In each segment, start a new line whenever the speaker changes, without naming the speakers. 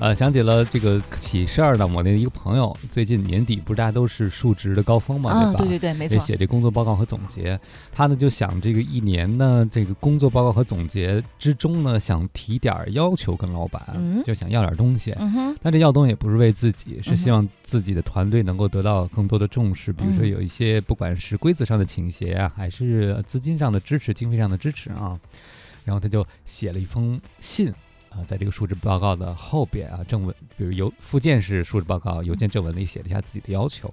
呃，想起了这个喜事儿呢，我那一个朋友最近年底不是大家都是述职的高峰嘛，
嗯，
吧？
对对对，没
得
错，
写这工作报告和总结，他呢就想这个一年呢，这个工作报告和总结之中呢，想提点儿要求跟老板，
嗯
就想要点儿东西。
嗯哼，
但这要东西也不是为自己，
嗯哼
是希望自己的团队能够得到更多的重视。比如说
嗯
有一些不管是规则上的倾斜啊，还是资金上的支持、经费上的支持啊，然后他就写了一封信啊、在这个述职报告的后边啊，正文，比如邮附件是述职报告，邮件正文里写了一下自己的要求。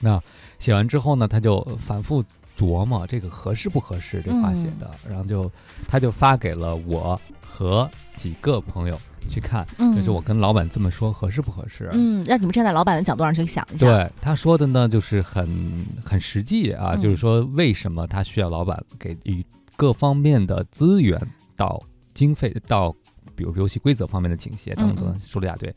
那写完之后呢，他就反复琢磨这个合适不合适这话写
嗯
的，然后就他就发给了我和几个朋友去看。
嗯，
就是我，跟老板这么说合适不合适？啊
嗯，让你们站在老板的角度上去想一下，，
对他说的呢，就是很很实际啊，
嗯
就是说为什么他需要老板给予各方面的资源到经费到，比如游戏规则方面的倾斜等
嗯
等，
嗯
说了一大堆。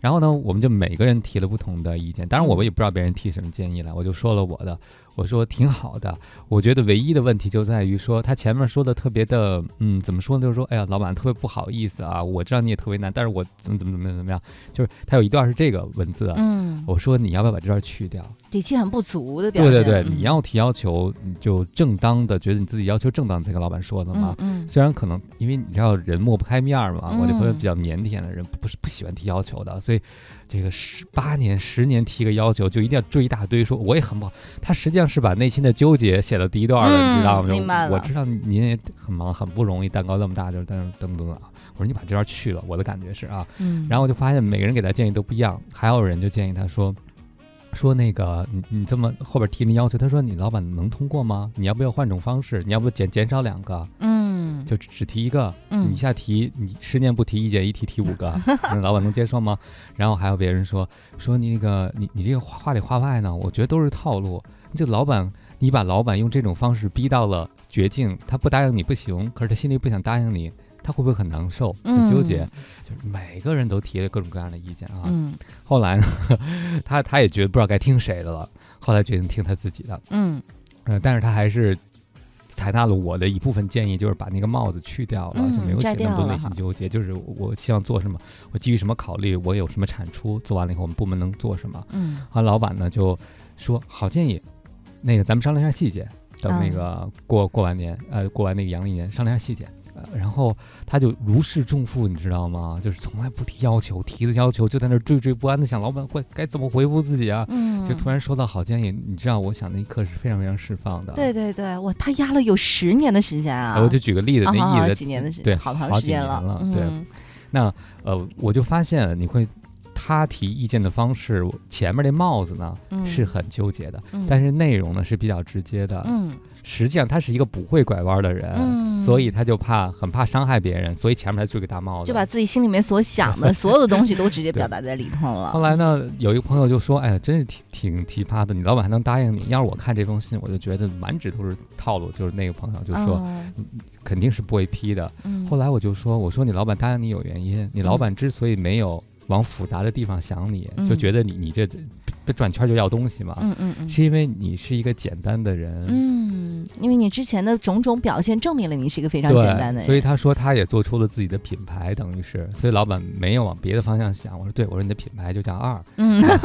然后呢，我们就每个人提了不同的意见，当然我
嗯
们也不知道别人提什么建议了，我就说了我的，我说挺好的，我觉得唯一的问题就在于说他前面说的特别的，嗯，怎么说呢？就是说，哎呀，老板特别不好意思啊，我知道你也特别难，但是我怎么怎么怎么怎么样，就是他有一段是这个文字啊，
嗯，
我说你要不要把这段去掉？
底气很不足的表
对
现，
对对，
嗯
你要提要求，你就正当的，觉得你自己要求正当才跟老板说的嘛
嗯。嗯
虽然可能因为你知道人抹不开面儿嘛，我这朋友
嗯
比较腼腆的人，不是不喜欢提要求的，所以这个十八年、十年提个要求，就一定要追一大堆，说我也很不好。他实际上是把内心的纠结写到第一段了，你知道吗？
嗯明白了
我知道您也很忙，很不容易，蛋糕那么大，就是等等等等啊。我说你把这段去了，我的感觉是啊，
嗯，
然后
后
我就发现每个人给他建议都不一样，还有人就建议他说。说那个你你这么后边提那要求，他说你老板能通过吗？你要不要换种方式？你要不减减少两个，
嗯，
就只只提一个？
嗯
你一下提你十年不提意见，一提提五 个，那老板能接受吗？然后还有别人说说你那个你你这个话话里话外呢，我觉得都是套路。你这老板，你把老板用这种方式逼到了绝境，他不答应你不行，可是他心里不想答应你，他会不会很难受、
嗯
很纠结？就是每个人都提了各种各样的意见啊。
嗯
后来呢， 他他也觉得不知道该听谁的了，后来决定听他自己的。
嗯
呃，但是他还是采纳了我的一部分建议，就是把那个帽子去掉了，
嗯
就没有写
摘
那么
掉
多
了
内心
哈
纠结。就是我希望做什么，我基于什么考虑，我有什么产出，做完了以后我们部门能做什么。
嗯
啊，老板呢就说好建议，那个咱们商量一下细节，等那
嗯
个过过完年，呃，过完那个阳历年商量一下细节。呃然后他就如释重负，你知道吗？就是从来不提要求，提的要求就在那儿惴惴不安的想，老板会该怎么回复自己啊？
嗯，
就突然收到好建议，你知道，我想那一刻是非常非常释放的。
对对对，哇，他压了有十年的时间啊！
啊哎，我就举个例子，
啊好
那
好
意思
几年的时间，
对
好长
好
时
几
间
年了对
嗯
那呃，我就发现你会他提意见的方式，我前面那帽子呢
嗯，
是很纠结的，
嗯，
但是内容呢是比较直接的。
嗯
实际上他是一个不会拐弯的人，
嗯
所以他就怕很怕伤害别人，所以前面才追个大帽子。
就把自己心里面所想的 所有的东西都直接表达在里头了。
后来呢，有一个朋友就说：“哎呀，真是挺挺奇葩的，你老板还能答应你？要是我看这封信，我就觉得满纸都是套路。”就是那个朋友就说：“
哦，
肯定是不会批的。”
嗯，
后来我就说：“我说你老板答应你有原因，你老板之所以没有往复杂的地方想你，
嗯
就觉得你你这这转圈就要东西嘛，
嗯嗯嗯。
是因为你是一个简单的人。
嗯，因为你之前的种种表现证明了你是一个非常
对
简单的人，
所以他说他也做出了自己的品牌，等于是，所以老板没有往别的方向想。我说对，我说你的品牌就叫二，
嗯，
啊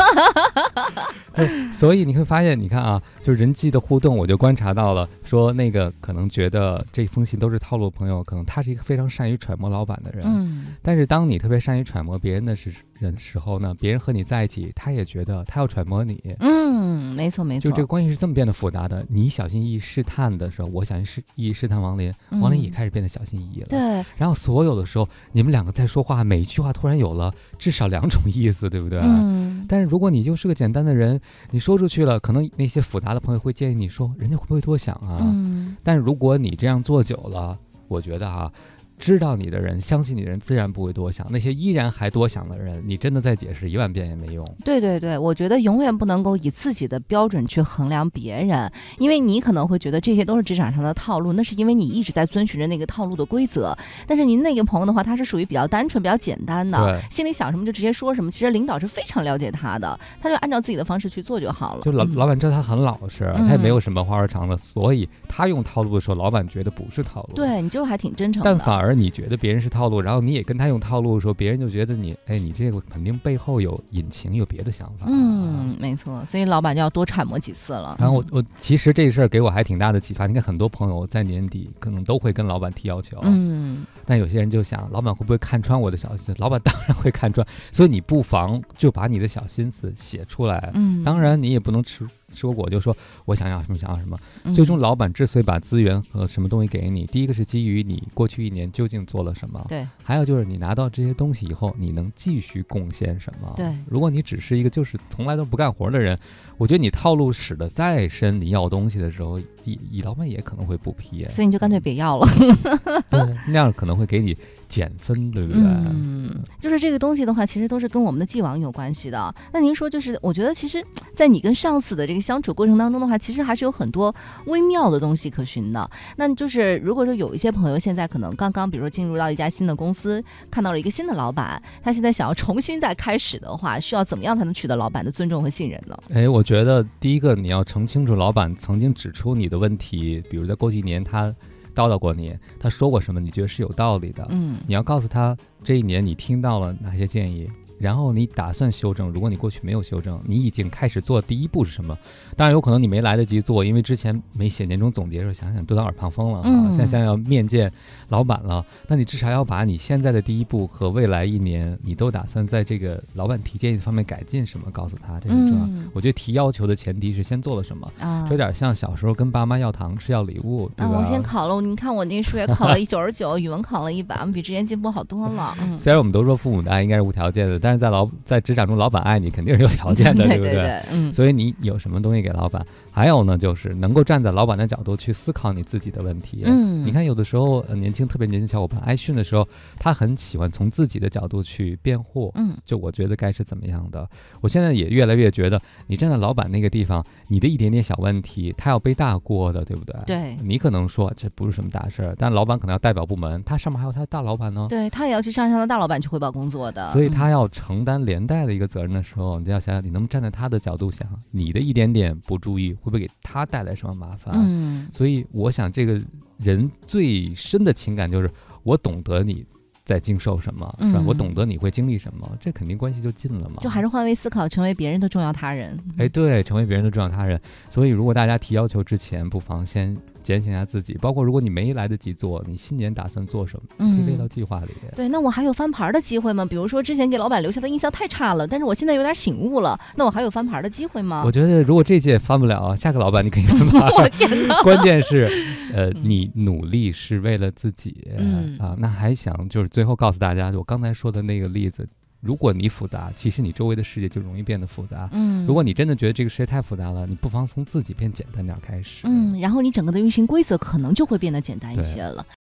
所以你会发现，你看啊，就是人际的互动，我就观察到了，说那个可能觉得这封信都是套路，朋友可能他是一个非常善于揣摩老板的人，
嗯
但是当你特别善于揣摩别人的时人时候呢，别人和你在一起，他也觉得他要揣摩你，
嗯，没错没
就
错，
这个关系是这么变得复杂的。你小心翼翼试探的时候，我小心翼翼试探王林，王林也
嗯
开始变得小心翼翼了。
对，
然后所有的时候，你们两个在说话，每一句话突然有了至少两种意思，对不对？
嗯，
但是如果你就是个简单的人，你说出去了，可能那些复杂的朋友会建议你说，人家会不会多想啊？
嗯
但如果你这样做久了，我觉得啊，知道你的人、相信你的人自然不会多想。那些依然还多想的人，你真的再解释一万遍也没用。
对对对，我觉得永远不能够以自己的标准去衡量别人，因为你可能会觉得这些都是职场上的套路，那是因为你一直在遵循着那个套路的规则。但是您那个朋友的话，他是属于比较单纯、比较简单的
对，
心里想什么就直接说什么。其实领导是非常了解他的，他就按照自己的方式去做就好了。
就老
嗯
老板知道他很老实，他也没有什么花花肠子，所以他用套路的时候，老板觉得不是套路。
对你就是还挺真诚的。
但反而你觉得别人是套路，然后你也跟他用套路的时候，别人就觉得你，哎，你这个肯定背后有隐情，有别的想法。啊。
嗯，没错，所以老板就要多揣摩几次了。嗯
然后我我其实这事儿给我还挺大的启发。你看，很多朋友在年底可能都会跟老板提要求，
嗯，
但有些人就想，老板会不会看穿我的小心？老板当然会看穿，所以你不妨就把你的小心思写出来。
嗯，
当然，你也不能吃吃果，就说我想要什么想要什么。最终，
嗯
老板之所以把资源和什么东西给你，第一个是基于你过去一年究竟做了什么，
对，
还有就是你拿到这些东西以后，你能继续贡献什么？
对
如果你只是一个就是从来都不干活的人，我觉得你套路使得再深，你要东西的时候，以以老板也可能会不批，
所以你就干脆别要了。
对那样可能会给你减分，对不啊对？
嗯，就是这个东西的话，其实都是跟我们的既往有关系的。那您说，就是我觉得其实，在你跟上司的这个相处过程当中的话，其实还是有很多微妙的东西可寻的。那就是如果说有一些朋友现在可能刚刚，比如说进入到一家新的公司，看到了一个新的老板，他现在想要重新再开始的话，需要怎么样才能取得老板的尊重和信任呢？
哎，我觉得第一个你要澄清楚，老板曾经指出你的问题，比如在过去一年他叨叨过你，他说过什么，你觉得是有道理的，
嗯
你要告诉他这一年你听到了哪些建议，然后你打算修正。如果你过去没有修正，你已经开始做第一步是什么？当然有可能你没来得及做，因为之前没写年终总结的时候，想想都当耳旁风了啊。
嗯
现在想想要面见老板了，那你至少要把你现在的第一步和未来一年你都打算在这个老板提建议方面改进什么，告诉他这很重要。
嗯
我觉得提要求的前提是先做了什么，
啊
这有。点像小时候跟爸妈要糖吃要礼物，对
啊，
吧？
我先考了，你看我那数学考了九十九， 语文考了一百，比之前进步好多了。嗯，
虽然我们都说父母的爱应该是无条件的，但是在老 在职场中，老板爱你肯定是有条件的，
对
不
对？嗯，
所以你有什么东西给老板？还有呢，就是能够站在老板的角度去思考你自己的问题。
嗯
你看有的时候呃年轻特别年轻小伙伴挨训的时候，他很喜欢从自己的角度去辩护。
嗯
就我觉得该是怎么样的，我现在也越来越觉得，你站在老板那个地方，你的一点点小问题，他要背大锅的，对不对？。
对
你可能说这不是什么大事儿，但老板可能要代表部门，他上面还有他的大老板呢。
对，他也要去上向的大老板去汇报工作的，
所以他
嗯
要承担连带的一个责任的时候，你就要想想，你能不能站在他的角度想，你的一点点不注意会不会给他带来什么麻烦？
嗯
所以我想，这个人最深的情感就是我懂得你在经受什么，是吧？
嗯
我懂得你会经历什么，这肯定关系就近了嘛。
就还是换位思考，成为别人的重要他人。
哎，对，成为别人的重要他人。所以，如果大家提要求之前，不妨先检醒一下自己，包括如果你没来得及做，你新年打算做什么，可以列到
嗯，
计划里。
对，那我还有翻盘儿的机会吗？比如说之前给老板留下的印象太差了，但是我现在有点醒悟了，那我还有翻盘儿的机会吗
我？觉得，如果这届翻不了，下个老板你可以翻吧。
我天 哪！
关键是，呃，
嗯
你努力是为了自己，
嗯
啊，那还想就是最后告诉大家，我刚才说的那个例子，如果你复杂，其实你周围的世界就容易变得复杂。
嗯，
如果你真的觉得这个世界太复杂了，你不妨从自己变简单点儿开始。
嗯嗯，然后你整个的运行规则可能就会变得简单一
对
些了。